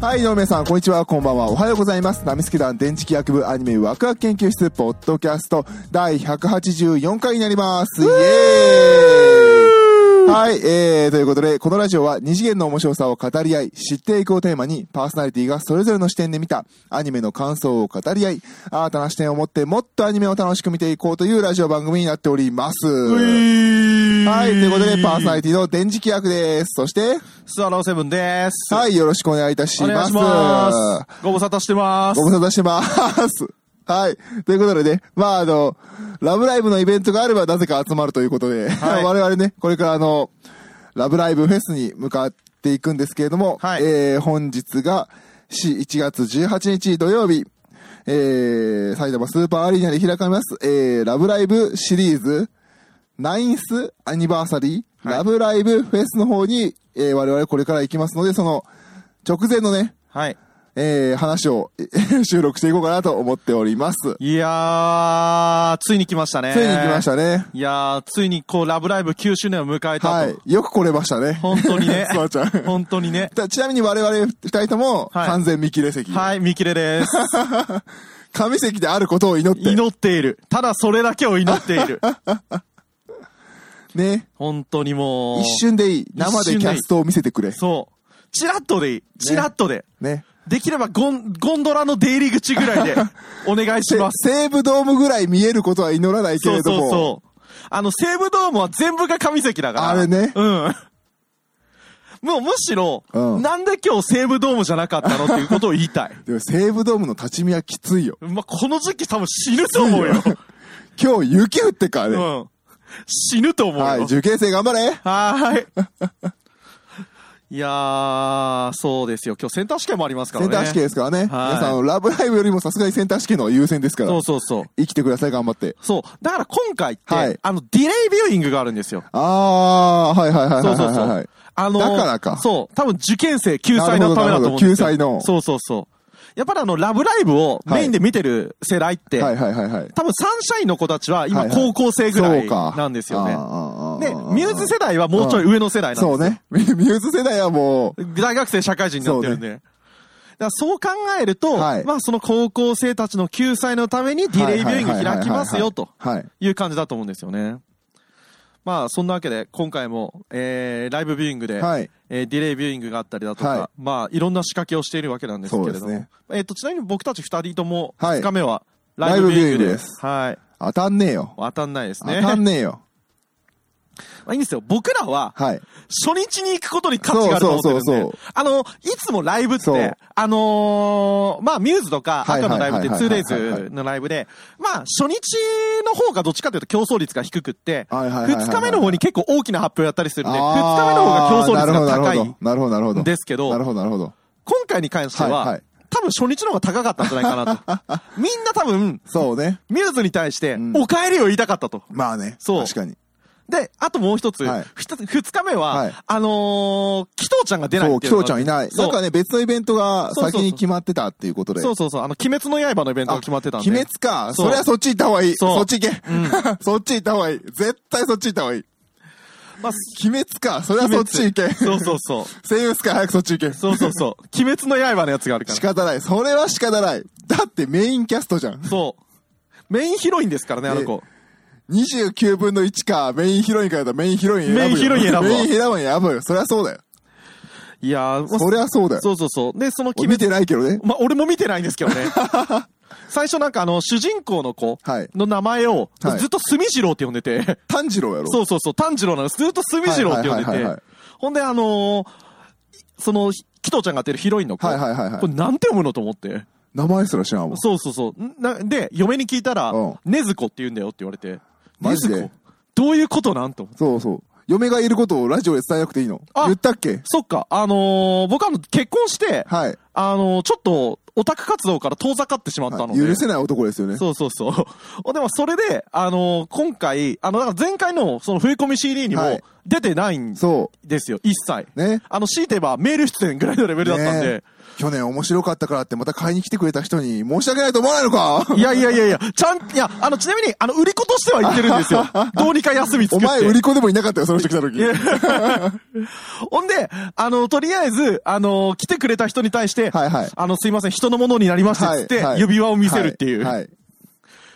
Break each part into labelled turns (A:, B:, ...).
A: はい、井上さん、こんにちは、こんばんは、おはようございます。ナミスケ団電池気学部アニメワクワク研究室、ポッドキャスト、第184回になります。イエーイはい、えー、ということで、このラジオは二次元の面白さを語り合い、知っていくをテーマに、パーソナリティがそれぞれの視点で見たアニメの感想を語り合い、新たな視点を持ってもっとアニメを楽しく見ていこうというラジオ番組になっております。はい、ということで、パーソナリティの電磁気役です。そして、
B: スワローセブンです。
A: はい、よろしくお願いいたし
B: お願
A: ま
B: い
A: す。
B: します。ご無沙汰してます
A: ご。無沙汰してます。はい。ということでね、まああの、ラブライブのイベントがあればなぜか集まるということで、
B: は い
A: 我々ね、これからあの、ラブライブフェスに向かっていくんですけれども、
B: はい
A: えー本日がし1月18日土曜日、えー、埼玉スーパーアリーナで開かれます、えー、ラブライブシリーズ、ナインスアニバーサリー、
B: はい
A: ラブライブフェスの方に、えー、我々これから行きますので、その、直前のね、
B: はい。
A: えー、話をえー収録していこうかなと思っております。
B: いやー、ついに来ましたね。
A: ついに来ましたね。
B: いやー、ついにこう、ラブライブ9周年を迎えたと。
A: はい。よく来れましたね。。
B: 本当にね
A: そうちゃん。
B: 本当にね。
A: たちなみに我々二人とも
B: はい
A: 完全見切れ席。
B: はい、見切れです。
A: 神席であることを祈って。
B: 祈っている。ただそれだけを祈って いる。
A: ね。
B: 本当にもう。
A: 一。瞬でいい。生でキャストを見せてくれ。
B: そう。チラッとでいい。チラッとで。
A: ね。
B: できればゴン、ゴンドラの出入り口 ぐらいで、お願いし
A: せ
B: ます。
A: 西武ドームぐらい見えることは祈らないけ
B: そ
A: れど
B: うそう
A: も。
B: そう。あの、西武ドームは全部が上関だから。
A: あれね
B: うん。もうむしろ、
A: うん
B: なんで今日西武ドームじゃなかったのっていうことを言いたい。
A: でも西武ドームの立ち見はきついよ。
B: まあ、この時期多分死ぬと思うよ。
A: 今日雪降ってっからね。
B: うん。死ぬと思うよ。
A: はい。受験生頑張れ。
B: はーい。いやー、そうですよ。今日センター試験もありますから
A: セン
B: ね。
A: ター試験ですからね。
B: はい
A: 皆さん、ラブライブよりもさすがにセンター試験の方が優先ですから
B: そう。そうそう。
A: 生きてください、頑張って。
B: そう。だから今回って、
A: はい
B: あの、ディレイビューイングがあるんですよ。
A: ああ、はいはいはいはい
B: そ
A: は
B: う
A: い
B: そうそ
A: はいは
B: う
A: い。。
B: あのー
A: だからか
B: そう。多分受験生救済のためだと思う
A: なるほ
B: んですよ。
A: どなるほど救済の
B: そうそうそう。やっぱりあの、ラブライブをメインで見てる世代って、
A: はいはいはいはい。
B: 多分サンシャインの子たちは
A: は
B: 今
A: いはい
B: 高校生ぐらいなんですよね。で、ミューズ世代はもうちょい上の世代なんです
A: そ
B: よ。
A: うね。ミュミューズ世代はもう、
B: 大学生社会人になってるんで。だからそう考えると、
A: はい
B: まあその高校生たちの救済のためにディレイビューイング開きますよと。
A: はい。
B: いう感じだと思うんですよね。まあ、そんなわけで、今回も、えー、ライブビューイングで、
A: はい
B: えーディレイビューイングがあったりだとか、、
A: はい
B: まあ、いろんな仕掛けをしているわけなんですけれど
A: そ
B: も、
A: うですね
B: えっ、と、ちなみに僕たち二人とも、
A: はい
B: 2日目は、ライブビューイング
A: ライブビューイング
B: で。
A: ですす
B: はい。
A: 当たんねえよ。
B: 当たんないです
A: 当
B: ね。
A: たんねえよ。
B: まあ、いいんですよ。僕らは、
A: はい。
B: 初日に行くことに価値があると思ってるんで。
A: そうそうそうそう
B: あの、いつもライブっ
A: そう
B: て、あのーまあ、ミューズとか、
A: はい
B: 赤
A: はいは
B: のライ
A: い
B: ブ
A: は
B: っ
A: い
B: て
A: はいはい
B: 2days
A: は
B: のライブで、まあ、初日の方がどっちかというと競争率が低くって、
A: はいはいはいはいはい
B: 2日目の方に結構大きな発表やったりするんで、2日目の方が競
A: あー
B: 争率が高い。
A: なるほど、なるほど。なるほど
B: ですけど
A: なるほど、なるほど。
B: 今回に関しては、
A: はいはい
B: 多分初日の方が高かったんじゃないか なと。みんな多分、
A: そうね。
B: ミューズに対して
A: ん、
B: お帰りを言いたかったと。
A: まあね。
B: そう
A: 確かに。
B: で、あともう一つ、
A: はい
B: ふた二日目は、
A: はい
B: あのー、紀藤ちゃんが出ない
A: そう、
B: って
A: 紀
B: いうの
A: 藤
B: が
A: ちゃんいない。
B: そう
A: なんかね、別のイベントが
B: そうそうそう
A: 先に決まってたっていうことで。
B: そうそうそう、あの、鬼滅の刃のイベント
A: あ
B: が決まってたんで。
A: 鬼滅か。
B: そう
A: そりゃそっち行った方がいい。
B: そう
A: そっち行け。 そっち行った方がいい。絶対そっち行った方がいい。
B: まあ、
A: 鬼滅か。そりゃそっち行け。
B: そうそうそう。
A: 声優スカ早くそっち行け。
B: そうそうそう。鬼滅の刃のやつがあるか
A: 仕
B: ら。
A: 方ない。それは仕方ない。だってメインキャストじゃん。
B: そう。メインヒロインですからね、あの子。
A: 29分の1か、メインヒロインかやったらメインヒロイン選ぶよ。
B: メインヒロイン選ぶわ
A: メインヒロイン選ぶよ。そりゃそうだよ。
B: いやー、
A: そりゃそうだよ。
B: そうそうそう。で、その
A: 俺
B: 鬼
A: 見
B: 滅、
A: てないけどね。
B: まあ、俺も見てないんですけど ね。最初なんかあの、主人公の子
A: はい
B: の名前を、
A: はい
B: ずっと炭治郎って呼んでて、
A: 炭治郎やろ。
B: そうそうそう、炭治郎なの、ずっと炭治郎って呼ん
A: は
B: で
A: いはいはい
B: て
A: はい、
B: ほんであのー、その、ひ紀藤ちゃんがやってるヒロインの子、
A: はいはいはいはい
B: これなんて読むのと思って。
A: 名前すら知らんわ。
B: そうそうそう。んなで、嫁に聞いたら
A: うん、
B: ねずこって言うんだよって言われて。ね
A: マ
B: ず
A: ジで
B: こどういうことなんと思って。
A: そうそう。嫁がいることをラジオで伝えなくていいの。
B: あ
A: 言ったっけ
B: そっか、あのー僕はあの結婚して、
A: はい。
B: あのーちょっとオタク活動から遠ざかってしまったので。
A: 許せない男ですよね。
B: そうそうそう。で もそれで、あのー今回、あの、だから前回のその冬込み CD に
A: は
B: も
A: い
B: 出てないん
A: そ
B: ですよ、一切。
A: う。ね。
B: あの、強いて言えばメール出演ぐらいのレベルだったんで、
A: ね去年面白かったからってまた買いに来てくれた人に申し訳ないと思わないの か
B: いやいやいやいや、ちゃん、いや、あの、ちなみに、あの、売り子としては言ってるんですよ。どうにか休み作
A: お
B: って。
A: 前売り子でもいなかったよ、その人来た時。
B: ほんで、あの、とりあえず、あの、来てくれた人に対して、
A: はいはい
B: あの、すいません、人のものになりましたっつって、指輪を見せるってい
A: は
B: う
A: い。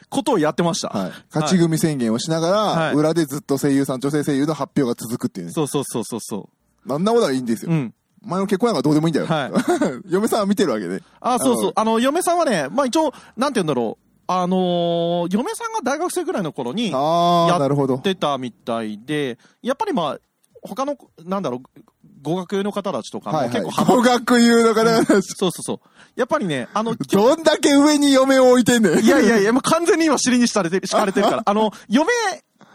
B: ことをやってました。
A: はい。勝ち組宣言をしながら、
B: はい
A: 裏でずっと声優さん、女性声優の発表が続くっていうね。
B: そうそうそうそうそ
A: あんなことはいいんです
B: う。
A: よ。
B: うん。
A: 前の結婚なんかどうでもいいんだよ。
B: は
A: 嫁さんは見てるわけね。
B: あ、そうそう。あの、嫁さんはね、まあ一応、なんて言うんだろう。あのー嫁さんが大学生ぐらいの頃に、
A: あ
B: や
A: あ、なるほど。
B: ってたみたいで、やっぱりまあ、他の、なんだろう、語学の方たちとかも
A: はいは
B: 結
A: い。
B: 構幅、
A: 小学言うのかな、
B: そうそうそう。やっぱりね、あの、
A: どんだけ上に嫁を置いてんねん。
B: いやいやいや、もう完全に今尻に敷かれてる、敷かれてるから。あの、嫁、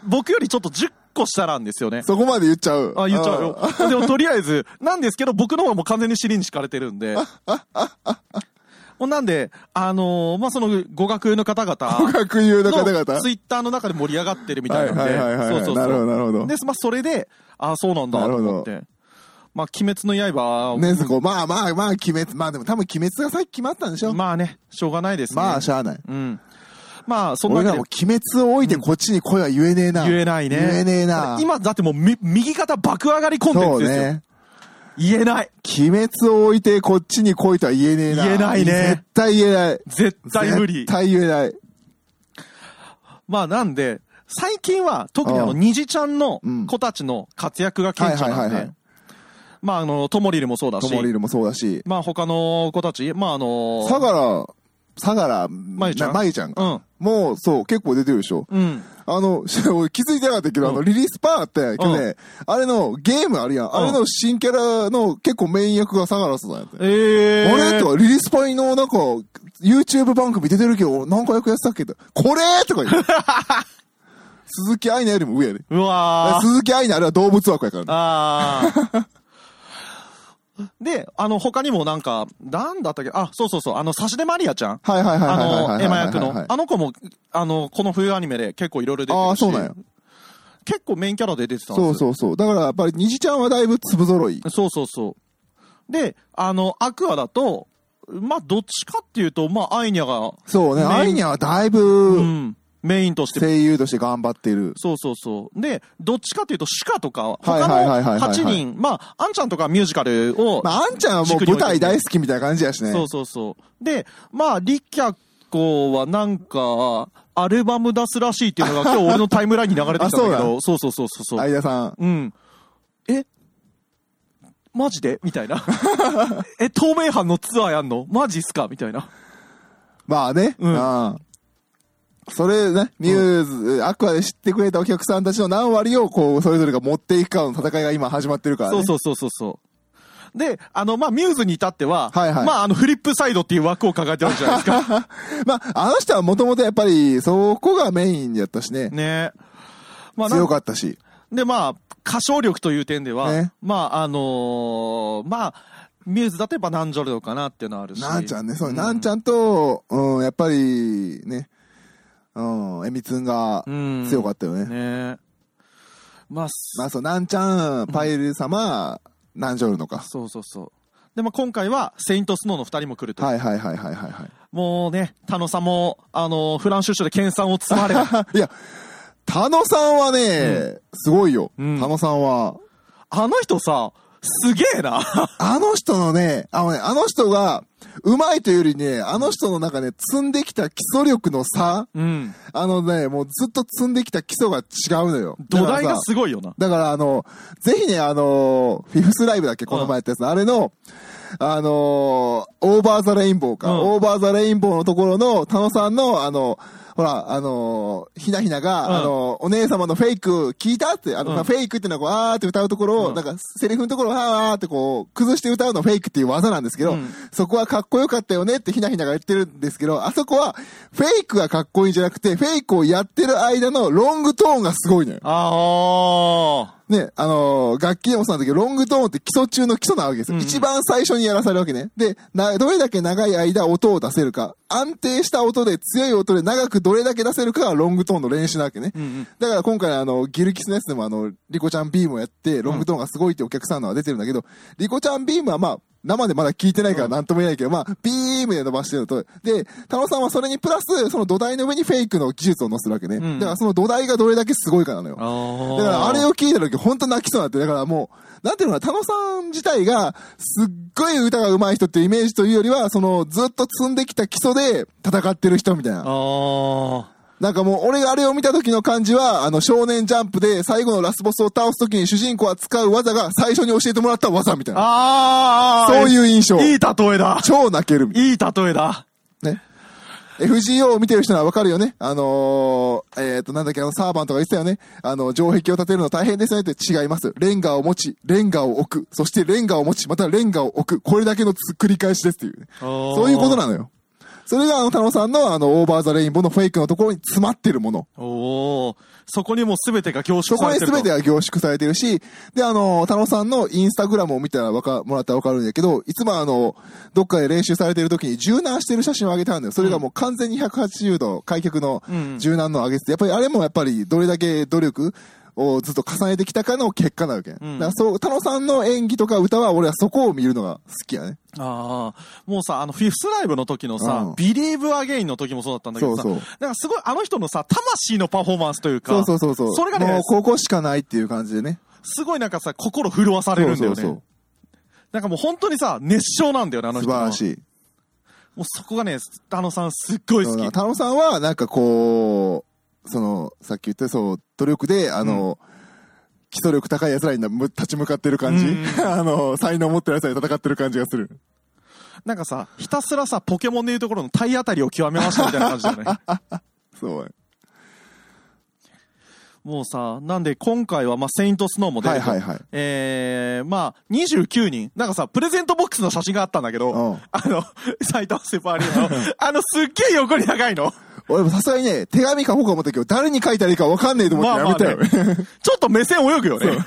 B: 僕よりちょっと10個下なんですよね。
A: そこまで言っちゃう。
B: あ、言っちゃうよ。でもとりあえず、なんですけど、僕の方はもう完全に尻に敷かれてるんで。ほんなんで、あのーまあ、その、語学の方
A: 小
B: 々
A: 学言うの方々。
B: のツイッターの中で盛り上がってるみた
A: はいい
B: な
A: はいはい
B: ん
A: は
B: で。
A: い。
B: そうそう
A: なるほど、
B: そう。
A: なるほど。
B: で、まあ、それで、ああ、そうなんだ、と思って。まあ、鬼滅の刃を
A: ね、そこ、まあまあまあ、鬼滅、まあでも多分鬼滅がさっき決まったんでしょ。ま
B: まあね、しょうがないですね。
A: あ、しゃあない。
B: うん。まあ、そんなわ
A: 俺ら
B: けで
A: も鬼滅を置いてこっちに声は言えねえな。
B: 言えないね。
A: 言えねえな。
B: 今、だってもうみ、右肩爆上がりコンテン
A: そ
B: ツ
A: う
B: ですよ。
A: ね。
B: 言えない。
A: 鬼滅を置いてこっちに来いとは言えねえな。
B: 言えないね
A: 絶対言えない。
B: 絶対無理
A: 絶。対言えない。
B: まあ、なんで、最近は、特にあの、
A: う
B: 虹ちゃんの
A: うん
B: 子たちの活躍が顕著
A: は
B: な
A: は
B: いん
A: いはいは
B: で
A: い、
B: まあ、あの、ともりるもそうだ
A: ト
B: し、
A: モリルもそうだし。
B: まあ、他の子たち、まあ、あの、
A: 相良、相良、ま
B: ゆちゃん
A: まゆちゃんか。
B: うん
A: もう、そう、結構出てるでしょ。
B: うん。
A: あの、 俺気づいてなかったけど、あ
B: う
A: の、リリースパーって、去年、あれのゲームあるやん。あれの新キャラの結構メイン役が相良さんやって。
B: ええ
A: あれとか、リリースパイのなんか、YouTube 番組出てるけど、何か役やってたっけとこれとか言 う。鈴木愛菜よりも上やで、
B: うわー。
A: 鈴木愛菜あれは動物枠やからね。
B: ああ。で、あの、他にもなんか、なんだったっけあ、そうそうそう、あの、差し出マリアちゃん。
A: はいはいはいはいはいはいはいはい
B: あの、エマ役の。
A: あ
B: あの子も、あの、この冬アニメで結構いろいろ出てるし。
A: あー、そうなんや。
B: 結構メインキャラで出てたん
A: そ
B: ですよ。
A: うそうそう。だからやっぱり、虹ちゃんはだいぶ粒揃い。
B: そうそうそう。で、あの、アクアだと、まあ、どっちかっていうと、まあ、アイニャが、
A: そうね。
B: メイン
A: 愛菜はだいうぶ、
B: ん、メインとして、
A: 声優として頑張ってる。
B: そうそうそう。で、どっちかっていうと、シカとか、
A: い
B: 他
A: はいはいはいはい
B: の8人、まあ、アンちゃんとかミュージカルを、
A: まあ、あんちゃんはもう舞台大好きみたいな感じやしね。
B: そうそうそう。で、まあ、リキャコはなんか、アルバム出すらしいっていうのが今日俺のタイムラインに流れてきたんだけ
A: あそう
B: ど、そうそうそうそうそう。
A: 相田さん。
B: うん。えマジでみたいな。 え、透明版のツアーやんのマジっすかみたいな。
A: まあね。
B: うん
A: ああそれね、ミューズ、アクアで知ってくれたお客さんたちの何割を、こう、それぞれが持っていくかの戦いが今始まってるからね。
B: そうそうそうそうそう。で、あの、まあ、ミューズに至っては、
A: はいはい
B: まあ、あの、フリップサイドっていう枠を抱えてあるじゃないです か。
A: まあ、あの人はもともとやっぱり、そこがメインやったしね。
B: ねまあ、なん
A: 強かったし。
B: で、まあ、歌唱力という点では、
A: ね
B: まあ、あのーまあ、ミューズだとやっぱナンジョルドかなっていうのはあるし。
A: なんちゃんね、そう、
B: う
A: なんちゃんと、うん、やっぱり、ね、うん、えみつんが
B: うん
A: 強かったよね。
B: ねまあ、す
A: まあ、そう、なんちゃん、パイル様、なんじょるのか。
B: そうそうそう。で、まあ、今回は、セイントスノーの二人も来ると。
A: はいはいはいはいはいはい。
B: もうね、田野さんも、あのーフランシュッシュで研鑽を積まれた。
A: いや、田野さんはね、すごいよ。
B: うん
A: 田野さんは。
B: あの人さ、すげえな。
A: あの人のね、あのね、あの人が、うまいというよりね、あの人の中ね、積んできた基礎力の差、
B: うん。
A: あのね、もうずっと積んできた基礎が違うのよ。
B: 土
A: だ
B: 台
A: から
B: が
A: さ
B: すごいよな。
A: だからあの、ぜひね、あの、フィフスライブだっけ、この前やったやつの、あれの、あの、オーバーザレインボーか、
B: うん
A: オーバーザレインボーのところの、田野さんの、あの、ほら、あの、ひなひなが、
B: うん
A: あの、お姉様のフェイク聞いたって、あの、
B: うん
A: フェイクってのはこう、あーって歌うところを、
B: うん
A: なんか、セリフのところを、あーあーってこう、崩して歌うのフェイクっていう技なんですけど、
B: うん
A: そこはかっこよかったよねってひなひなが言ってるんですけど、あそこは、フェイクがかっこいいんじゃなくて、フェイクをやってる間のロングトーンがすごいのよ。
B: あ
A: ね、あのー楽器でもそうなんだけど、ロングトーンって基礎中の基礎なわけですよ。
B: うんうん
A: 一番最初にやらされるわけね。で、な、どれだけ長い間音を出せるか、安定した音で、強い音で長くどれだけ出せるかがロングトーンの練習なわけね。
B: ー。うんうん。
A: だから今回あの、ギルキスのやつでもあの、リコちゃんビームをやって、ロングトーンがすごいってお客さんのは出てるんだけど、リコちゃんビームはまあ、生でまだ聞いてないからなんとも言えないけど、まあ、ビームで伸ばしてるのと、で、田野さんはそれにプラス、その土台の上にフェイクの技術を載せるわけね。
B: ん
A: だからその土台がどれだけすごいかなのよ。
B: あ
A: だからあれ
B: を。
A: を聞いた時本当泣きそうになって、だからもう、なんていうのかな、田野さん自体が、すっごい歌が上手い人っていうイメージというよりは、その、ずっと積んできた基礎で戦ってる人みたいな。
B: ああ。
A: なんかもう、俺があれを見た時の感じは、あの、少年ジャンプで最後のラスボスを倒す時に主人公は使う技が最初に教えてもらった技みたいな。
B: ああ
A: そういう印象。
B: いい例えだ
A: 超泣けるみたい
B: いい例えだ
A: な。ね。FGO を見てる人ならわかるよね。あのー、えっ、と、なんだっけ、あの、サーバンとか言ってたよね。あの、城壁を建てるの大変ですねって違います。レンガを持ち、レンガを置く。そしてレンガを持ち、またレンガを置く。これだけの繰り返しですっていうね。
B: おー
A: そういうことなのよ。それが、あの、田野さんの、あの、オーバーザレインボーのフェイクのところに詰まってるもの。
B: おお。そこにもう全てが凝
A: そ
B: 縮
A: こ
B: さ
A: に
B: れてると。
A: 全てが凝縮されてるし、で、あの、田野さんのインスタグラムを見たらわか、もらったらわかるんだけど、いつもあの、どっかで練習されてる時に柔軟してる写真を上げてあるんだよ。それがもう完全に180度開脚の
B: うん
A: 柔軟のを上げてて、やっぱりあれもやっぱりどれだけ努力をずっと重ねてきたかの結果なわけ。だからそう、田野さんの演技とか歌は俺はそこを見るのが好きやね。
B: ああ、もうさ、あの、フィフスライブの時のさ、
A: うん
B: ビリーブアゲインの時もそうだったんだけどさ、
A: そうそう
B: なんかすごいあの人のさ、魂のパフォーマンスというか、
A: そうそうそうそう。
B: それが
A: も
B: ね
A: う、ここしかないっていう感じでね。
B: すごいなんかさ、心震わされるんだよね。
A: そうそうそう。
B: なんかもう本当にさ、熱唱なんだよね、あの
A: 素
B: 人
A: 晴
B: の。
A: らしい。
B: もうそこがね、あのさんすっごい好き。
A: 田野さんは、なんかこう、その、さっき言った、そう、努力で、あの、基礎力高い奴らになむ立ち向かってる感じ、
B: うん
A: あの、才能持ってる奴らに戦ってる感じがする。
B: なんかさ、ひたすらさ、ポケモンでいうところの体当たりを極めましたみたいな感じだよ ね。
A: そう。
B: もうさ、なんで今回は、まあ、セイントスノーも出て
A: は
B: て
A: いはいはい。
B: えー、まあ、29人、なんかさ、プレゼントボックスの写真があったんだけど、
A: うん
B: あの、斎藤セパーリーの、 あの、すっげえ横に長いの。
A: 俺もさすがにね、手紙書こうか思ったけど、誰に書いたらいいか分かんねえと思ってやめたよ。
B: まあまあねちょっと目線泳ぐよね。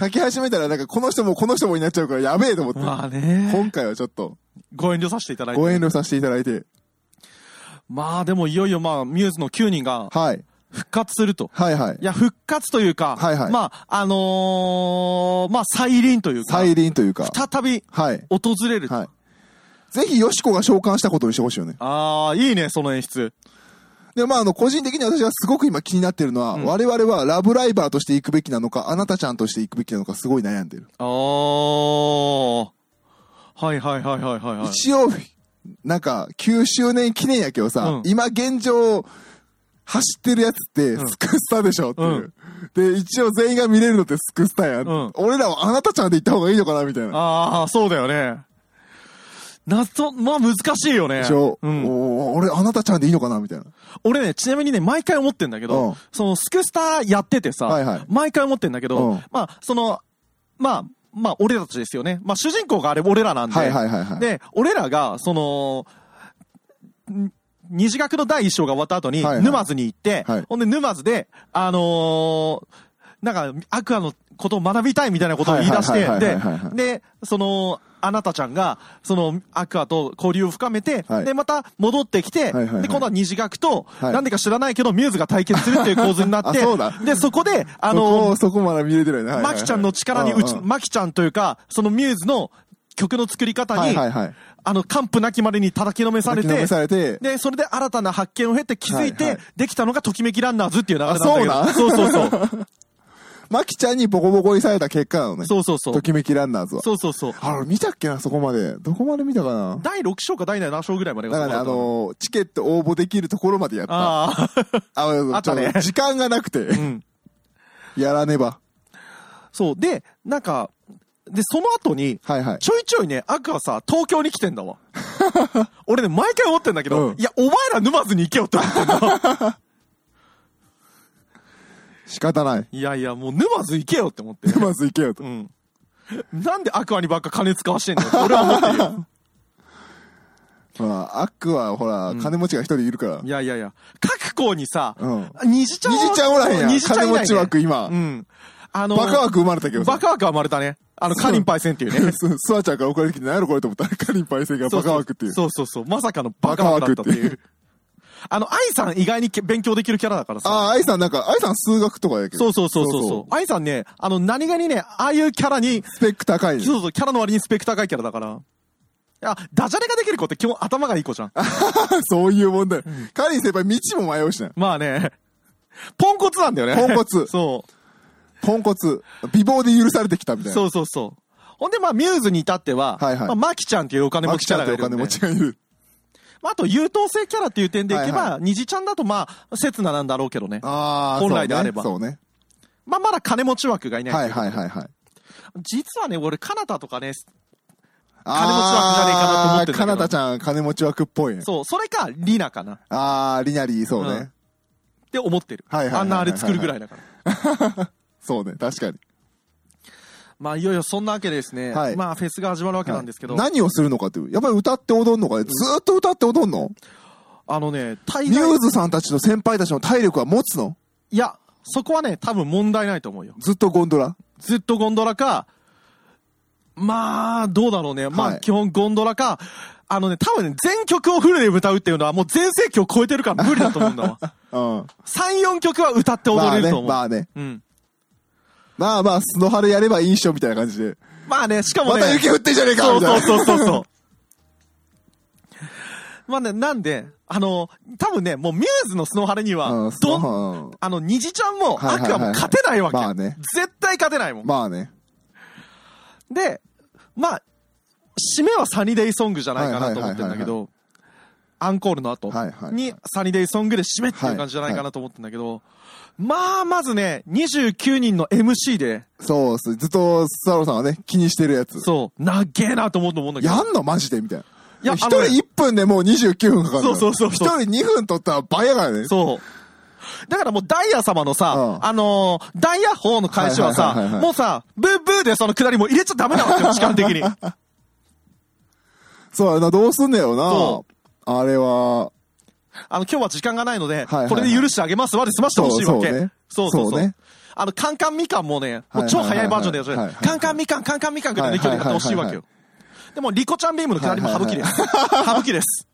A: 書き始めたら、なんかこの人もこの人もになっちゃうから、やべえと思って。
B: まあね。
A: 今回はちょっと、
B: ご遠慮させていただい
A: ご
B: て。
A: 遠慮させていただいて。
B: まあでもいよいよまあ、ミューズの9人が
A: はい。
B: 復活すると。
A: はいはい
B: い。や、復活というか、
A: はいはい
B: まあ、あのーまあ、再臨というか、
A: 再臨というか。
B: 再び
A: はい。
B: 訪れる。
A: はい。ぜひ、よしこが召喚したことにしてほしいよね。
B: ああ、いいね、その演出。
A: で、まあ、あの、個人的に私はすごく今気になってるのは、
B: うん
A: 我々はラブライバーとして行くべきなのか、あなたちゃんとして行くべきなのか、すごい悩んでる。
B: ああ、はいはいはいはいはい、はい。
A: 一応、なんか、9周年記念やけどさ、
B: うん
A: 今現状、走ってるやつって、
B: ん
A: スクスタでしょっていう、で、一応全員が見れるのってスクスタや、
B: ん
A: 俺らはあなたちゃんで行った方がいいのかなみたいな。
B: ああ、そうだよね。謎、まあ難しいよね
A: でしょ、。
B: うん。
A: おー俺あなたちゃんでいいのかなみたいな。
B: 俺ね、ちなみにね、毎回思ってんだけ
A: うん
B: ど、そのスクスタやっててさ、
A: はいはい
B: 毎回思ってんだけど、
A: うん
B: まあ、その、まあ、まあ、俺たちですよね。まあ、主人公があれ、俺らなんで。
A: はいはいはいはい。
B: で、俺らが、その、ん二次学の第一章が終わった後に、
A: はいはい
B: 沼津に行って、
A: はい
B: ほんで沼津で、あのーなんか、アクアのことを学びたいみたいなことを言い出し
A: はい
B: て、
A: はいはい
B: で
A: はいはいはい、
B: で、その、あなたちゃんが、その、アクアと交流を深めて、
A: はい
B: で、また戻ってきて、
A: はいはいはい
B: で、今度は二次学と、
A: はい
B: なんでか知らないけど、ミューズが対決するっていう構図になって
A: あそうだ、
B: で、そこで、あ
A: あ
B: の
A: の
B: ー
A: そこまだ見れてないな。はいはい
B: マ
A: はい
B: キちゃんの力に打ち、
A: うんうん
B: マキちゃんというか、そのミューズの曲の作り方
A: はい
B: に、
A: はいはい。
B: あの、完膚なきまでに叩きのめされ
A: 先延
B: て
A: め、されて、
B: で、それで新たな発見を経て気づい
A: はい
B: て
A: は、
B: できたのがときめきランナーズっていう流れなんだけど。
A: あ
B: そうそう そう。
A: マキちゃんにボコボコにされた結果なのね。
B: そうそうそう
A: と。きめきランナーズは。
B: そうそうそう。
A: あれ見たっけな、そこまで。どこまで見たかな。
B: 第6章か第7章ぐらいまで
A: だからね、あのーチケット応募できるところまでやった。あ
B: ああ、
A: あ
B: あったね
A: ちょと時間がなくて、
B: うん。
A: やらねば。
B: そう。で、なんか、で、その後に、
A: はいはい。
B: ちょいちょいね、アクアさ、東京に来てん だわ。俺ね、毎回思ってんだけど、
A: うん
B: いや、お前ら沼津に行けよって思ってんだ。
A: 仕方ない。
B: いやいや、もう沼津行けよって思って。
A: まず行けよと
B: う。ん。なんでアクアにばっか金使わしてんの俺は思ってるよ。
A: まあ、アックはほら、金持ちが一人いるから
B: い。やいやいや、各校にさ、
A: うん
B: 虹ちゃんは
A: 虹ちゃんおらへんやん
B: 虹ちゃいないね
A: 金持ち枠今
B: うん。あの、
A: バカ枠生まれたけど
B: バ
A: さ。
B: カ枠は生まれたね。あの、カリンパイセンっていう ね。
A: すスワちゃんから送られてきて、何やろこれと思ったら、カリンパイセンがバカ枠っていう。
B: そうそうそう。まさかのバカ枠だったっていう。あの、愛さん意外にけ勉強できるキャラだからさ。
A: ああ、愛さんなんか、愛さん数学とかやけど。
B: そうそうそうそう
A: そうそ
B: そう。愛さんね、あの、何がにね、ああいうキャラに、
A: スペック高いね。
B: そうそう、キャラの割にスペック高いキャラだから。いや、ダジャレができる子って基本頭がいい子じゃん。
A: そういう問題。カリン先輩、道も迷うしな。
B: まあね、ポンコツなんだよね。
A: ポンコツ
B: そう。
A: ポンコツ。美貌で許されてきたみたいな。。
B: そううそうそう。ほんで、まあ、ミューズに至っては、
A: はいはい
B: まあ、マキちゃんっていうお金持
A: マキ
B: ちキ
A: ち
B: ャ
A: ゃん
B: ラ
A: っ
B: が
A: て
B: い
A: お
B: る
A: 金
B: んで。
A: 持ちがいる。
B: まあ、あと、優等生キャラっていう点でいけば、
A: はいは
B: 虹ちゃんだと、まあ、刹那なんだろうけどね。
A: ああ、
B: 本来であれば
A: そうね。
B: まあ、まだ金持ち枠がいな
A: そ
B: い。
A: うねはいはいはいはい。
B: 実はね、俺、カナタとかね、
A: あ
B: 金持ち枠じゃねえかなと思ってんだけど
A: あー、カナタちゃん、金持ち枠っぽいね。
B: そう、それか、リナかな。っ
A: ああ、リナリー、そうね。
B: うんて思ってる。
A: はいはいはい
B: あんなあれ作るぐらいだから。
A: そうね、確かに。
B: まあ、いよいよそんなわけでですね、
A: はい
B: まあ、フェスが始まるわけなんですけど、
A: 何をするのかっていう。やっぱり歌って踊るのかね。ずーっと歌って踊るの
B: あのね、大
A: ミュ
B: 概
A: ー、ズさんたちの先輩たちの体力は持つの
B: いや、そこはね、多分問題ないと思うよ。
A: ずっとゴンドラ。
B: ずっとゴンドラか、まあ、どうだろうね。ま
A: は
B: あ、
A: い
B: 基本ゴンドラか、あのね、多分ね、全曲をフルで歌うっていうのは、もう全盛期を超えてるから無理だと思う んだわ。
A: うん。
B: 3、4曲は歌って踊
A: まあ
B: れる
A: ね
B: と思、う。
A: まあね。
B: うん。
A: まあまあ、スノハルやればいいっしょ、みたいな感じで。
B: まあね、しかも
A: ま
B: ね、
A: た雪降ってんじゃねえか
B: そ
A: み
B: う
A: たい
B: そう
A: な。
B: そうそうそう。まあね、なんで、あの、多分ね、もうミューズのスノハレに
A: う
B: は
A: ん、
B: どん、
A: そう
B: あの、虹ちゃんも、
A: はいはいはい
B: アクアも勝てないわけ。
A: まあね
B: 絶対勝てないもん。
A: まあね。
B: で、まあ、締めはサニーデイソングじゃないかなと思ってんだけど、アンコールの後
A: はいはいはい
B: にサニーデイソングで締めっていう感じじゃないかなと思ってんだけど、まあ、まずね、29人の MC で、
A: そうっす。ずっと、スワローさんはね、気にしてるやつ。
B: そう、なげえなと思うと思うんだけど。
A: やんのマジでみたい
B: いや
A: な。一
B: あの
A: 人
B: ね
A: 1分でもう29分かかるのよ。
B: そうそうそうそう
A: 一人2分取ったら倍やからね。
B: そう。だからもうダイヤ様のさ、
A: うん
B: あのーダイヤ法の開始
A: は
B: は
A: いはいはい
B: さ、
A: はい
B: もうさ、ブーブーでそのくだりもう入れちゃダメなわけよ、時間的 に。
A: そうやな、どうすんねやろ
B: そ
A: な。あれは、
B: あの、今日は時間がないので、
A: はいはい
B: これで許してあげますわで済ましてほしいわ
A: そ
B: け。そう
A: そうね
B: うそうそう。
A: そうね
B: あの、カンカンみかんもね、も
A: は
B: う
A: い
B: 超
A: はいはいはい
B: 早いバージョンでや
A: はいはい
B: る
A: はい
B: カンカンみかん、カンカンみかんぐらいの勢いでやってほしい
A: はいはい
B: わ
A: はいはい
B: けよ。でも、リコちゃんビームのくだりも省きです。省きです。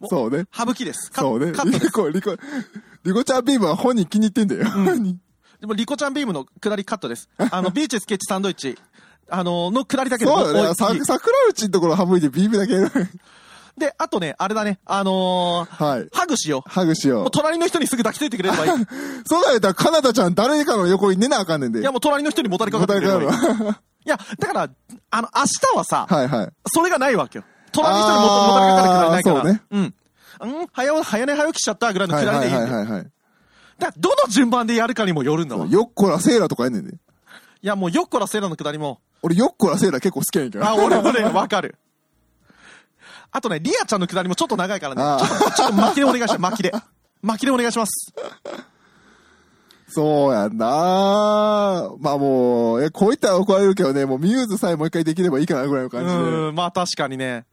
B: お
A: そうね。
B: 省きです。カ
A: そうね。
B: カットです
A: リ。コ、リコ、リコちゃんビームは本人気に入ってんだよ。
B: でも、リコちゃんビームの下りカットです。あの、ビーチスケッチサンドイッチ、あの、の下りだけでも
A: そうだよね。
B: お
A: さ
B: いい
A: 桜内のところ省いてビームだけやる。
B: で、あとね、あれだね、あのー
A: はい
B: ハグしよう。
A: ハグしよ
B: もう
A: う。
B: 隣の人にすぐ抱きついてくれればいい。
A: そうだよ。だから、カナダちゃん誰かの横に寝なあかんねんで。
B: いや、もう隣の人にもたれかかってくれればいい。いや、だから、あの、明日はさ、
A: はいはい。
B: それがないわけよ。隣の人にもたもたれかかってくれ
A: あー
B: な
A: そう
B: い
A: ね
B: から。うん。うん、早お、早寝早起きしちゃったぐらいの
A: は
B: く
A: い
B: らい
A: は
B: でい
A: い
B: いんだ
A: は
B: よ
A: いはいはい。
B: だからどの順番でやるかにもよるんだわ。い
A: よっこらセーラとかやんねんで。
B: や、もうよっこらせいらのくだりも、
A: 俺、よっこらセーラ結構好きやねんけど。
B: あ、 俺もね、わかる。あとね、リアちゃんのくだりもちょっと長いから
A: あ
B: ね、
A: ー
B: ちょっと、ちょっと巻きでお願いします。巻 きで。巻きでお願いします。
A: そうやんなまあもう、え、こういったら怒られるけどね、もうミューズさえもう一回できればいいかなぐらいの
B: う
A: 感じで。
B: ーん、まあ確かにね。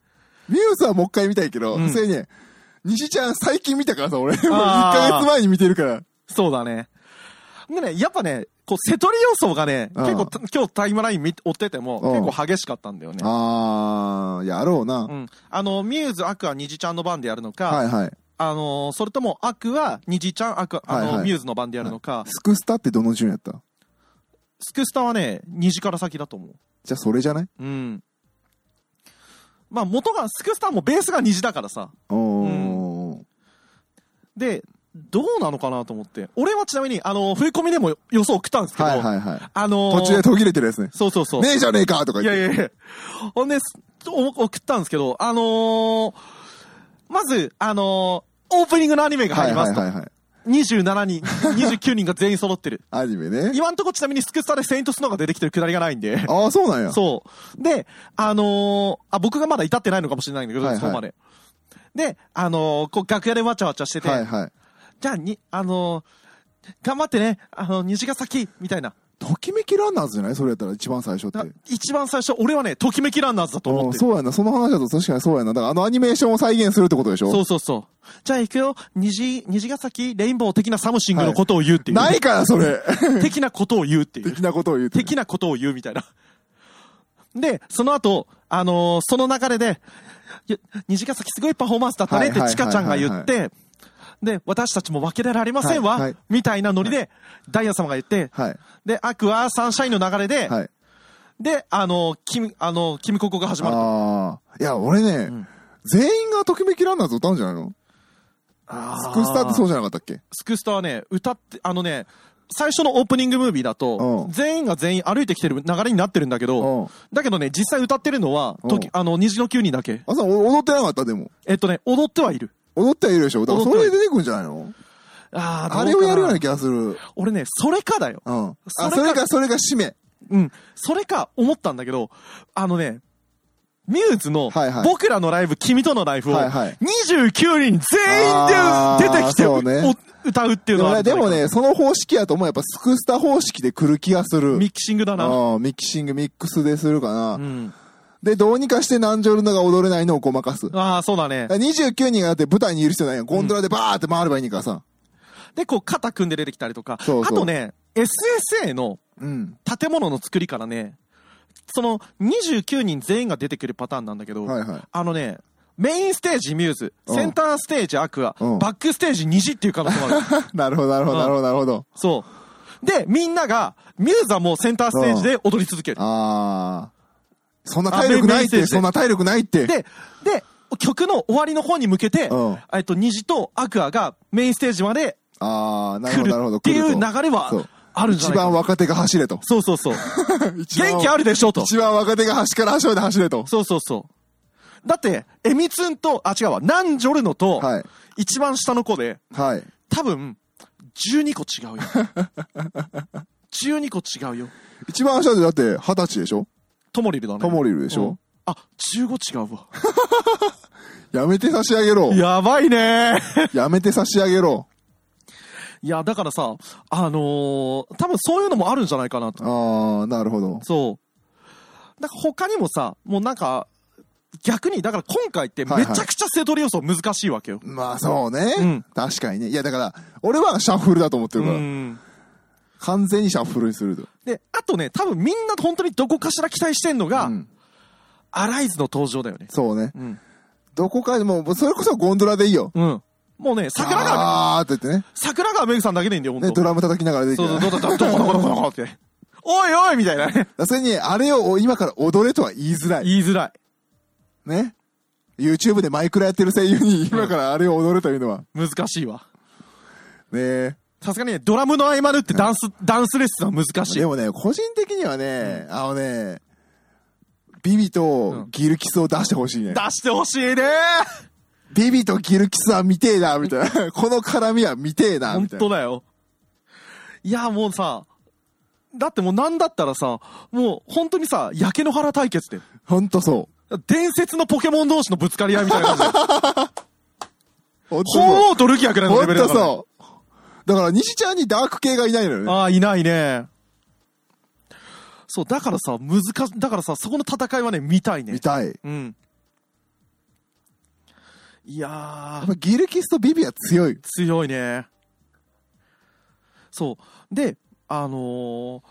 A: ミューズはもう一回見たいけど、
B: うん
A: それね、西ちゃん最近見たからさ、俺。もう1
B: あー
A: ヶ月前に見てるから。
B: そうだね。でね、やっぱね、こう、瀬戸利要素がね、
A: うん
B: 結構た、今日タイムライン見追ってても、
A: うん
B: 結構激しかったんだよね。
A: あー、やろうな。
B: うん。あの、ミューズ、アクア、ニジちゃんの番でやるのか、
A: はいはい。
B: あの、それとも、アクア、ニジちゃん、アクア、あの、
A: はいはい
B: ミューズの番でやるのか、
A: スクスタってどの順やった
B: スクスタはね、ニジから先だと思。
A: じゃあそれじゃないう
B: うん。まあ、元が、スクスタもベースがニジだからさ。
A: おー。
B: で、どうなのかなと思って。俺はちなみに、あの、振り込みでも予想送ったんですけど、
A: はいはいはい。
B: あのー
A: 途中で途切れてるやつね。
B: そうそうそう。
A: ねえじゃねえかとか
B: い
A: 言っ
B: やい
A: て。
B: やいや。ほんで、すお送ったんですけど、あのーまず、あのーオープニングのアニメが
A: は
B: 入
A: い
B: りま
A: は
B: す
A: い
B: と。
A: はいはい。
B: 27人、29人が全員揃ってる。
A: アニメね。
B: 今んとこちなみにスクスタでセイントスノーが出てきてるくだりがないんで。
A: ああ、そうなんや。
B: そう。で、あのーあ、僕がまだ至ってないのかもしれないんだけど、
A: はいはい
B: そこまで。で、あのーこう楽屋でわちゃわちゃしてて、
A: はいはい。
B: じゃあに、あのー頑張ってね、あの、虹が先、みたいな。
A: ときめきランナーズじゃないそれやったら一番最初って。
B: だ一番最初、俺はね、ときめきランナーズだと思
A: あ
B: っ
A: ー
B: てる。
A: そうやな。その話だと確かにそうやな。だからあのアニメーションを再現するってことでしょ
B: そうそうそう。じゃあ行くよ。虹、虹ヶ崎レインボー的なサムシングのことを言うっていう。
A: ないから、それ。
B: 的なことを言うっていう。
A: 的なことを言うて。
B: 的なことを言うみたいな。で、その後、あのーその流れで、いや虹ヶ崎すごいパフォーマンスだったねって
A: はいはい
B: チ
A: はい
B: カ
A: はい
B: ちゃんが言って、で、私たちも負けられられませんわ、
A: はいはい
B: みたいなノリで、ダイヤ様が言って、
A: はい。
B: で、アクア、サンシャインの流れで、
A: はい。
B: で、あのー、君、あのー、君ここが始まると。
A: ああ。いや、俺ね、
B: ん
A: 全員がときめきランナーズ歌うんじゃないのスクスターってそうじゃなかったっけ
B: スクスタはね、歌って、あのね、最初のオープニングムービーだと
A: う、ん
B: 全員が全員歩いてきてる流れになってるんだけ
A: うん
B: ど、だけどね、実際歌ってるのは、
A: うん
B: ときあの、虹の9人だけ。
A: あ、そう、お踊ってなかった、でも。
B: えっとね、踊ってはいる。
A: 踊ってはいるでしょだから
B: 踊
A: そ
B: ってはい
A: れで
B: る
A: 出てくんじゃないの
B: あー
A: あれをやるような
B: どうか
A: 気がする。
B: な俺ね、それかだよ。
A: うん。あ、
B: それか
A: それか、それが締め。
B: うん。それか思ったんだけど、あのね、ミューズの
A: はいは、い
B: 僕らのライブ、君とのライブを、
A: はいはい
B: 29人
A: あ
B: 全員
A: ー
B: で出てきて、
A: そうね
B: お歌うっていう
A: で
B: の
A: も
B: はある
A: ね
B: んじ
A: でも
B: ゃないかな、
A: ね、その方式やと思う。やっぱスクスタ方式で来る気がする。
B: ミキシングだな。
A: うんミキシング、ミックスでするかな。
B: うん。
A: で、どうにかしてナンジョルノが踊れないのをごまかす。だか
B: ああ、そうだね。
A: ら29人がだって舞台にいる人ないやんゴンドラでバーって回ればいいねんからさ。
B: で、こう、肩組んで出てきたりとか。
A: そうそう
B: あとね、SSA の
A: うん。
B: 建物の作りからね、その29人全員が出てくるパターンなんだけど、
A: はいはい
B: あのね、メインステージミューズ、
A: うん
B: センターステージアクア、
A: うん
B: バックステージ虹っていう可能性も ある。
A: なるほど、なるほど、なるほど、なるほど。
B: そう。で、みんなが、ミューズはもうセンターステージで踊り続ける。
A: あー。そんな体力ないっ
B: あメイ
A: て、
B: ンステージで
A: そんな体力ないって。
B: で、で、曲の終わりの方に向けて、
A: うん
B: えっと、虹とアクアがメインステージまで
A: あー、なる
B: 来
A: ほど、
B: る
A: なるほど。
B: っていう流
A: 来ると
B: れ
A: そ
B: は
A: う
B: あるんじゃ
A: 一
B: ないか
A: 番
B: な。
A: 若手が走れと。
B: そうそ うそう。元気あ
A: る
B: るでしょと。
A: 一番若手が端から端まで走れと。
B: そうそうそう。だって、エミツンと、あ、違うわ、ナンジョルノと、
A: はい
B: 一番下の子で、
A: はい。
B: 多分、12 個違うよ。12個違うよ。
A: 一番下でだって二十歳でしょ
B: トモリルだね。
A: トモリルで
B: で
A: しょ、
B: あ、15違うわ。
A: やめて差し上げろ。
B: やばいね
A: やめて差し上げろ。
B: いや、だからさ、あのー多分そういうのもあるんじゃないかなと。
A: あー、なるほど。
B: そう。なんか他にもさ、もうなんか、逆に、だから今回ってめちゃくちゃセトリ予想難しいわけよ。
A: まあそうね、
B: うん
A: 確かにね。いやだから、俺はシャッフルだと思ってるから、
B: うん。
A: 完全にシャッフルにすると。
B: で、あとね、多分みんな本当にどこかしら期待してんのが、
A: うん
B: アライズの登場だよね。
A: そうね。
B: うん。
A: どこかでも、それこそゴンドラでいいよ。
B: うん。もうね、桜川、
A: あーって言ってね。
B: 桜川めぐさんだけでいいんだよ、ほん
A: ね、ド
B: と。
A: ラム叩きながら出てき
B: そう
A: て、
B: そう、どうだったどこどこどこどこって。おいおいみたいなね。
A: それに、あれを今から踊れとは言いづらい。
B: 言いづらい。
A: ね。YouTube でマイクラやってる声優に今からあれを踊れというのは。
B: 難しいわ。
A: ね
B: さすがにね、ドラムの合間縫ってダンス、ダンスレッスンは難しい
A: で。もね、個人的にはね、あのね、ビビとギルキスを出してほしいね
B: 出。してほしいね
A: ビビとギルキスは見てえな、みたいな。 この絡みは見てえな、
B: 本
A: みたいな
B: 当。だよ。いや、もうさ、だってもうなんだったらさ、もう本当にさ、焼け野原対決で。
A: ほんとそ
B: 伝説のポケモン同士のぶつかり合いみたいな感じで。
A: う。ほんと
B: 鳳凰とルギアくらいの
A: そう。
B: レ
A: ほ
B: ベ
A: んと
B: ルだからね、
A: そう。だから、西ちゃんにダーク系がいないのよね。
B: ああ、いないね。そう、だからさ、難し、だからさ、そこの戦いはね、見たいね
A: 見。たい。や
B: うん。いや
A: っ
B: ー、
A: ぱギルキスとビビは強い。
B: 強いね。そう。で、あのー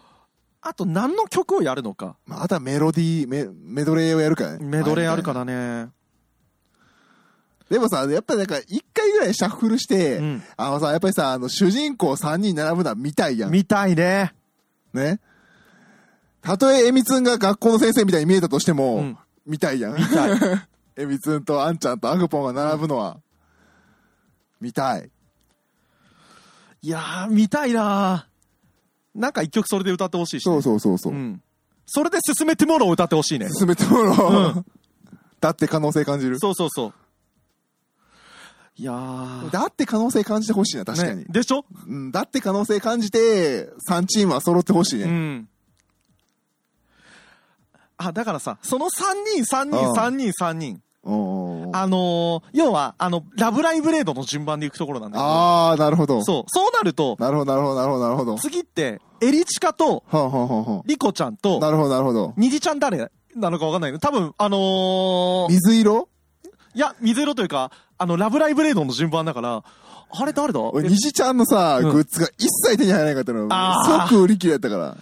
B: あと何の曲をやるのか。
A: まあ、あとはメロディー、メメドレーをやるからね。
B: メドレーあるからね。
A: でもさ、やっぱりなんか、一回ぐらいシャッフルして、
B: うん
A: あのさ、やっぱりさ、あの、主人公三人並ぶのは見たいやん。
B: 見たいね。
A: ね。たとえエミツンが学校の先生みたいに見えたとしても、
B: うん
A: 見たいやん。
B: 見たい。
A: エミツンとアンちゃんとアグポンが並ぶのは、見たい。
B: いやー、見たいなー。なんか一曲それで歌ってほしいしね、
A: そうそうそうそうう。
B: ん。それで進めてもろを歌ってほ しいね。
A: 進めてもらおう
B: うん
A: だって可能性感じる。
B: そうそうそう。いやー。
A: だって可能性感じてほしいな、確かに
B: ね、、でしょ、
A: うん。だって可能性感じて、3チームは揃ってほしいね。
B: うん。あ、だからさ、その3人、3
A: う
B: 人、
A: ん
B: 3人、3人。
A: おーおーおー
B: あのー、要は、あの、ラブライブレードの順番で行くところなんだけど。
A: あー、なるほど。
B: そう。そうなると、
A: なるほど、なるほど、なるほど、なるほど。
B: 次って、エリチカと、
A: はあ、はあはあは
B: リコちゃん
A: あ、な
B: と、
A: るほど、なるほど。
B: ニジちゃん誰なのかわかんないけど、多分、あのー、
A: 水色
B: いや、水色というか、あの、ラブライブレードの順番だから、あれ誰だ
A: 俺、
B: え
A: 虹ちゃんのさ、
B: うん
A: グッズが一切手に入らなかったの。
B: あー
A: 即売り切れやったから。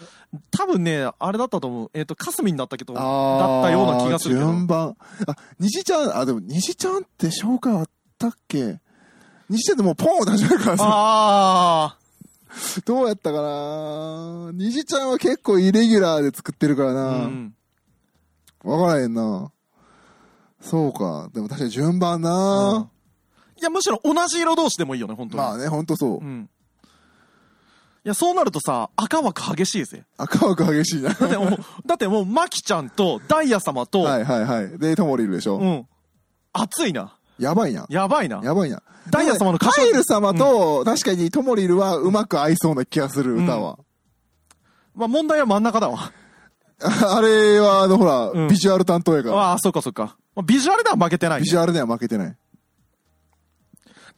B: 多分ね、あれだったと思う。えっ、と、カスミンだったけど、だ
A: あー
B: ったような気がするけど。
A: 順番。あ、西ちゃん、あ、でも西ちゃんって紹介あったっけ西ちゃんってもうポン出してるからさ、
B: ああ。
A: どうやったかな西ちゃんは結構イレギュラーで作ってるからな
B: う
A: わ、
B: ん。
A: からへんなそうか。でも確かに順番
B: うん
A: ない
B: や、むしろ同じ色同士でもいいよね、本当に。
A: まあね、ほんとそうう。
B: ん。いや、そうなるとさ、赤枠激しいぜ。
A: 赤枠激しいな。
B: だってもう、だってもう、マキちゃんとダイヤ様と、
A: はいはいはい。で、ともりいるでしょ、
B: うん。熱いな。
A: やばいな。
B: やばいな。
A: やばいな。
B: ダイヤ様の歌唱
A: カエル様と、確かにトモリルはうまく合いそうな気がする、歌は。
B: まあ、問題は真ん中だ わ。
A: あれは、あの、ほら、
B: うん
A: ビジュアル担当やから。
B: ああ、そうかそうか。まあ、ビジュアルでは負けてない、
A: ビ
B: ね
A: ジ。ュアルでは負けてない。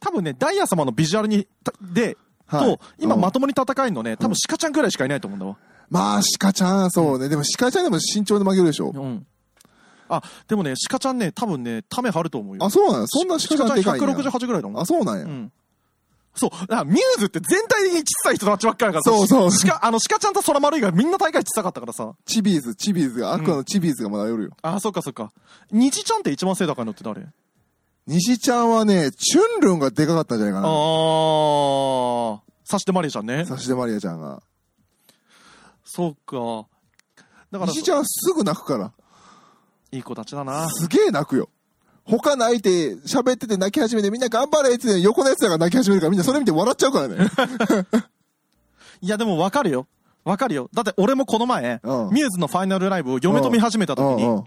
B: 多分ね、ダイヤ様のビジュアルに、たで、
A: はい
B: と、今
A: うん
B: まともに戦えるのね、多分シカちゃんくらいしかいないと思うんだわ。
A: まあ、シカちゃん、そうね。でも、シカちゃんでも身長で負けるでしょ。
B: うん。あ、でもね、シカちゃんね、多分ね、ため張ると思うよ。
A: あ、そうなんやそんなシカちゃんでかいんや
B: 168ぐらいだもん。
A: あ、そうなんや。
B: うん。そう、だからミューズって全体的に小さい人たちばっかりだから
A: そうそう
B: しか、あの、鹿ちゃんと空丸以外みんな大会小さかったからさ。
A: チビーズ、チビーズが、アクアのチビーズがまだよるよ。
B: あ、そっかそっか。虹ちゃんって一番背高いのって誰あ
A: 西ちゃんはね、チュンルンがでかかったんじゃないか
B: あ
A: な。
B: ー。差しでマリーちゃんね。
A: 差しでマリアちゃんが。
B: そうか。だから、
A: 西ちゃんはすぐ泣くから。
B: いい子たちだな。
A: すげえ泣くよ。他泣いて、喋ってて泣き始めて、みんな頑張れって言って横のやつらが泣き始めるから、みんなそれ見て笑っちゃうからね。
B: いや、でもわかるよ。わかるよ。だって俺もこの前、
A: うん
B: ミューズのファイナルライブを 嫁と見始めた時
A: うん
B: に、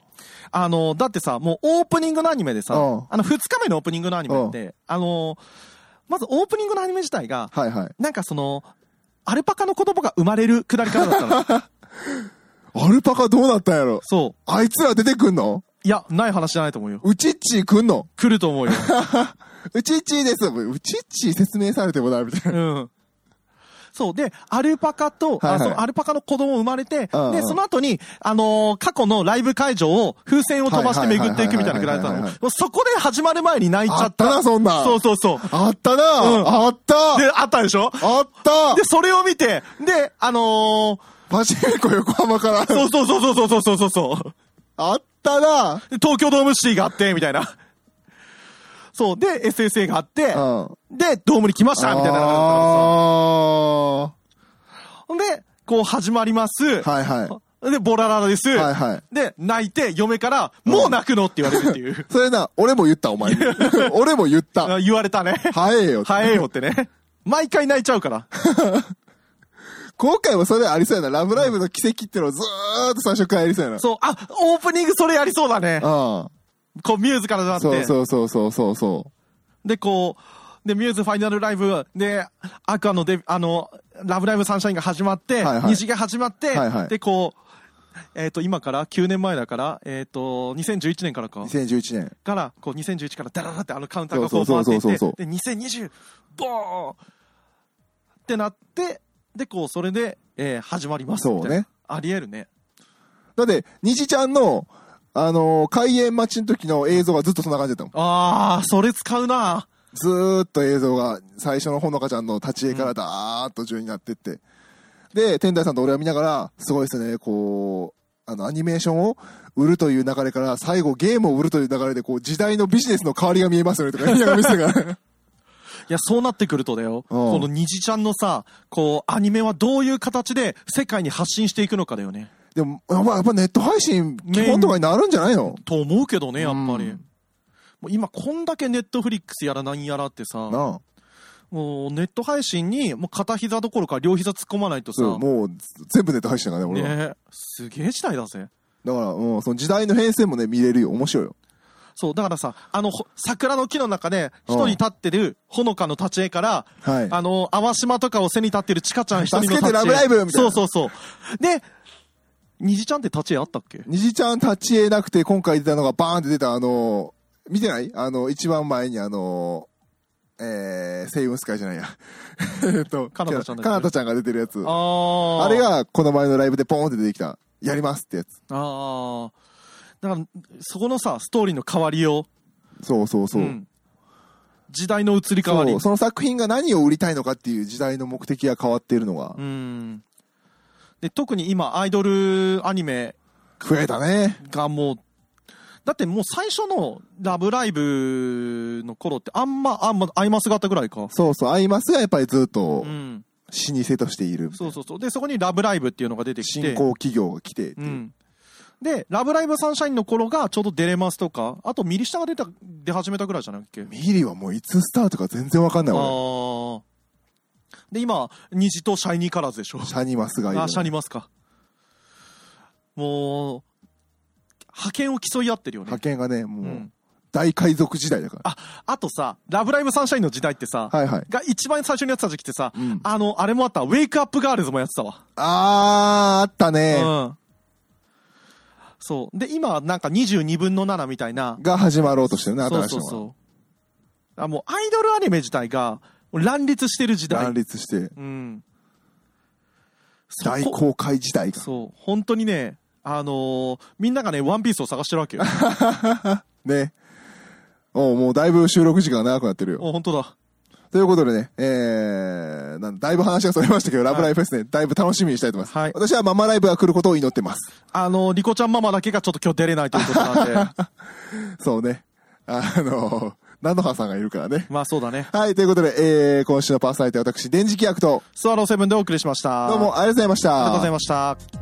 B: あの、だってさ、もうオープニングのアニメでさ、
A: うん
B: あの、二日目のオープニングのアニメって、あの、まずオープニングのアニメ自体が、
A: はいはい。
B: なんかその、アルパカの子供が生まれるくだりからだった の。
A: アルパカどうなったんやろ
B: そ
A: あいつら出てくんの
B: う。いや、ない話じゃないと思うよ。
A: うちっちーくんの
B: 来ると 思うよ。
A: うちっちーです。うちっちー説明されてもな、みたいな。
B: うん。そう。で、アルパカ
A: は
B: と、
A: いはい
B: あそのアルパカの子供生まれて、
A: うんうん
B: で、その後に、あのー過去のライブ会場を風船を飛ばして巡っていくみたいなくらいだっ
A: は
B: た
A: いはいはいはい
B: の
A: はい。
B: もうそこで始まる前に泣いちゃ
A: あ
B: っ。
A: ったたな、そんなん。
B: そうそうそう。
A: あったな、
B: うん
A: あった
B: で、あったでしょ
A: あった
B: で、それを見て、で、あのー
A: パチンコ横浜から。
B: そうそうそうそうそうそうそうそう。
A: あったな
B: で東京ドームシティがあって、みたいな。そう。で、SSA があって、
A: うん。
B: で、ドームに来ました、みたいなのがあっ
A: あ
B: たからさ。ほんで、こう始まります。
A: ーはいはい。
B: で、ボラララです。
A: はいはい
B: で、泣いて、嫁から、もう泣くのって言われるっていう。
A: それな、俺も言った、お 前に。俺も言った。
B: あ言われたね。
A: 早えよ。
B: 早えよってね。毎回泣いちゃうから。
A: 今回もそれありそうやな。ラブライブの奇跡ってのをずーっと最初からやりそうやな。
B: そう、あ、オープニングそれやりそうだね。
A: あ
B: こう、ミューズからじゃな
A: あ。
B: くて。
A: そうそうそうそうそうそ
B: で、こう、で、ミューズファイナルライブ、で、アクアのデビ、あの、ラブライブサンシャインが始まって、
A: はいはい
B: 虹が始まって、
A: はいはい
B: で、こう、えっ、と、今から、9年前だから、えっ、と、2011年からか
A: う。。2011年。
B: から、こう、2011からダラダラってあのカウンターが
A: そ
B: こう
A: うそ
B: 回
A: う
B: っていって、
A: そうそう
B: で、2020、ボーンってなって、で、こう、それで、えー始まりますみたいな。
A: そうね
B: ありえるね。
A: だって、虹ちゃんの、あのー開演待ちの時の映像がずっとそんな感じだったもん。
B: あー、それ使うな
A: ずーっと映像が、最初のほのかちゃんの立ち絵からだーっと順になってって。で、天台さんと俺は見ながら、すごいですね、こう、あの、アニメーションを売るという流れから、最後ゲームを売るという流れで、こう、時代のビジネスの変わりが見えますよね、とか言いながら見せたから。
B: いや、そうなってくるとだよ。この虹ちゃんのさ、こう、アニメはどういう形で世界に発信していくのかだよね。
A: でも、やっぱやっぱネット配信、基本とかになるんじゃないの
B: と思うけどね、やっぱり。
A: うん
B: もう今、こんだけネットフリックスやらなんやらってさ、
A: なあ。
B: もうネット配信にもう片膝どころか両膝突っ込まないとさ、
A: そう、もう、全部ネット配信だからね、俺は。
B: ねすげえ時代だぜ。
A: だから、うん、その時代の変遷もね、見れるよ。面白いよ。
B: そう、だからさ、あの、ほ桜の木の中で、
A: う
B: 一
A: ん
B: 人立ってる、ほのかの立ち絵から、
A: はい
B: あの、淡島とかを背に立ってるチカちゃん一人の立ち絵。
A: 助けてラブライブみたいな
B: そうそうそう。で、虹ちゃんって立ち絵あったっけ
A: 虹ちゃん立ち絵なくて、今回出たのがバーンって出た、あのー見てないあの、一番前にあのーえー、セイウンスカイじゃないや。 えっと、
B: かなたちゃんだっけ
A: かなたちゃんが出てるやつ。
B: あ
A: あ
B: あ。
A: れ。が、この前のライブでポーンって出てきた。やりますってやつ。
B: ああ。だから、そこのさ、ストーリーの変わりよ
A: そうそう
B: う。
A: そう。
B: ん時代の移り変わり。
A: そうその作品が何を売りたいのかっていう時代の目的が変わっているのが
B: う、ん。で、特に今、アイドルアニメ
A: 増えたね。
B: がもう、だってもう最初のラブライブの頃ってあんま、あんま、アイマスがあったぐらいか。
A: そうそう、アイマスがやっぱりずっと
B: うん。
A: 老舗としている。
B: そうそうそう。で、そこにラブライブっていうのが出てきて。
A: 新興企業が来てって
B: う
A: いう。
B: ん。で、ラブライブサンシャインの頃がちょうどデレマスとか、あとミリシタが出た、出始めたぐらいじゃないっけ
A: ミリはもういつスタートか全然わかんない
B: あ
A: 俺。
B: ーで、今、虹とシャイニーカラーズでしょ。
A: シャニマスがいる。
B: あ、シャニマスか。もう、覇権を競い合ってるよね
A: 派。遣がね、もう、
B: うん
A: 大海賊時代だから。
B: あ、あとさ、ラブライブサンシャインの時代ってさ、
A: はいはい。
B: が一番最初にやってた時期ってさ、
A: うん
B: あの、あれもあった、ウェイクアップガールズもやってたわ。
A: あー、あったね。
B: うん。そう。で、今はなんか22分の7みたいな。
A: が始まろうとしてるね、
B: そう
A: 新しい
B: そ
A: の
B: う
A: が。
B: そう。あ、もうアイドルアニメ自体が乱立してる時代
A: 乱。立して、
B: うん。そこ
A: 大公開時代が。
B: そう。本当にね、あのーみんながね、ワンピースを探してる わけよ。
A: ね。おうもうだいぶ収録時間が長くなってるよ。
B: お、本当だ。
A: ということでね、えー、なんだいぶ話がそれましたけど、ラブライブフェスね、だいぶ楽しみにしたいと思います。
B: はい
A: 私はママライブが来ることを祈ってます。
B: あのーリコちゃんママだけがちょっと今日出れないということ なんで。
A: そうね。あの、菜の葉さんがいるからね。
B: まあそうだね。
A: はい、ということで、えー、今週のパーソナリティは私、電磁気役と、
B: スワローセブンでお送りしました。
A: どうもありがとうございました。
B: ありがとうございました。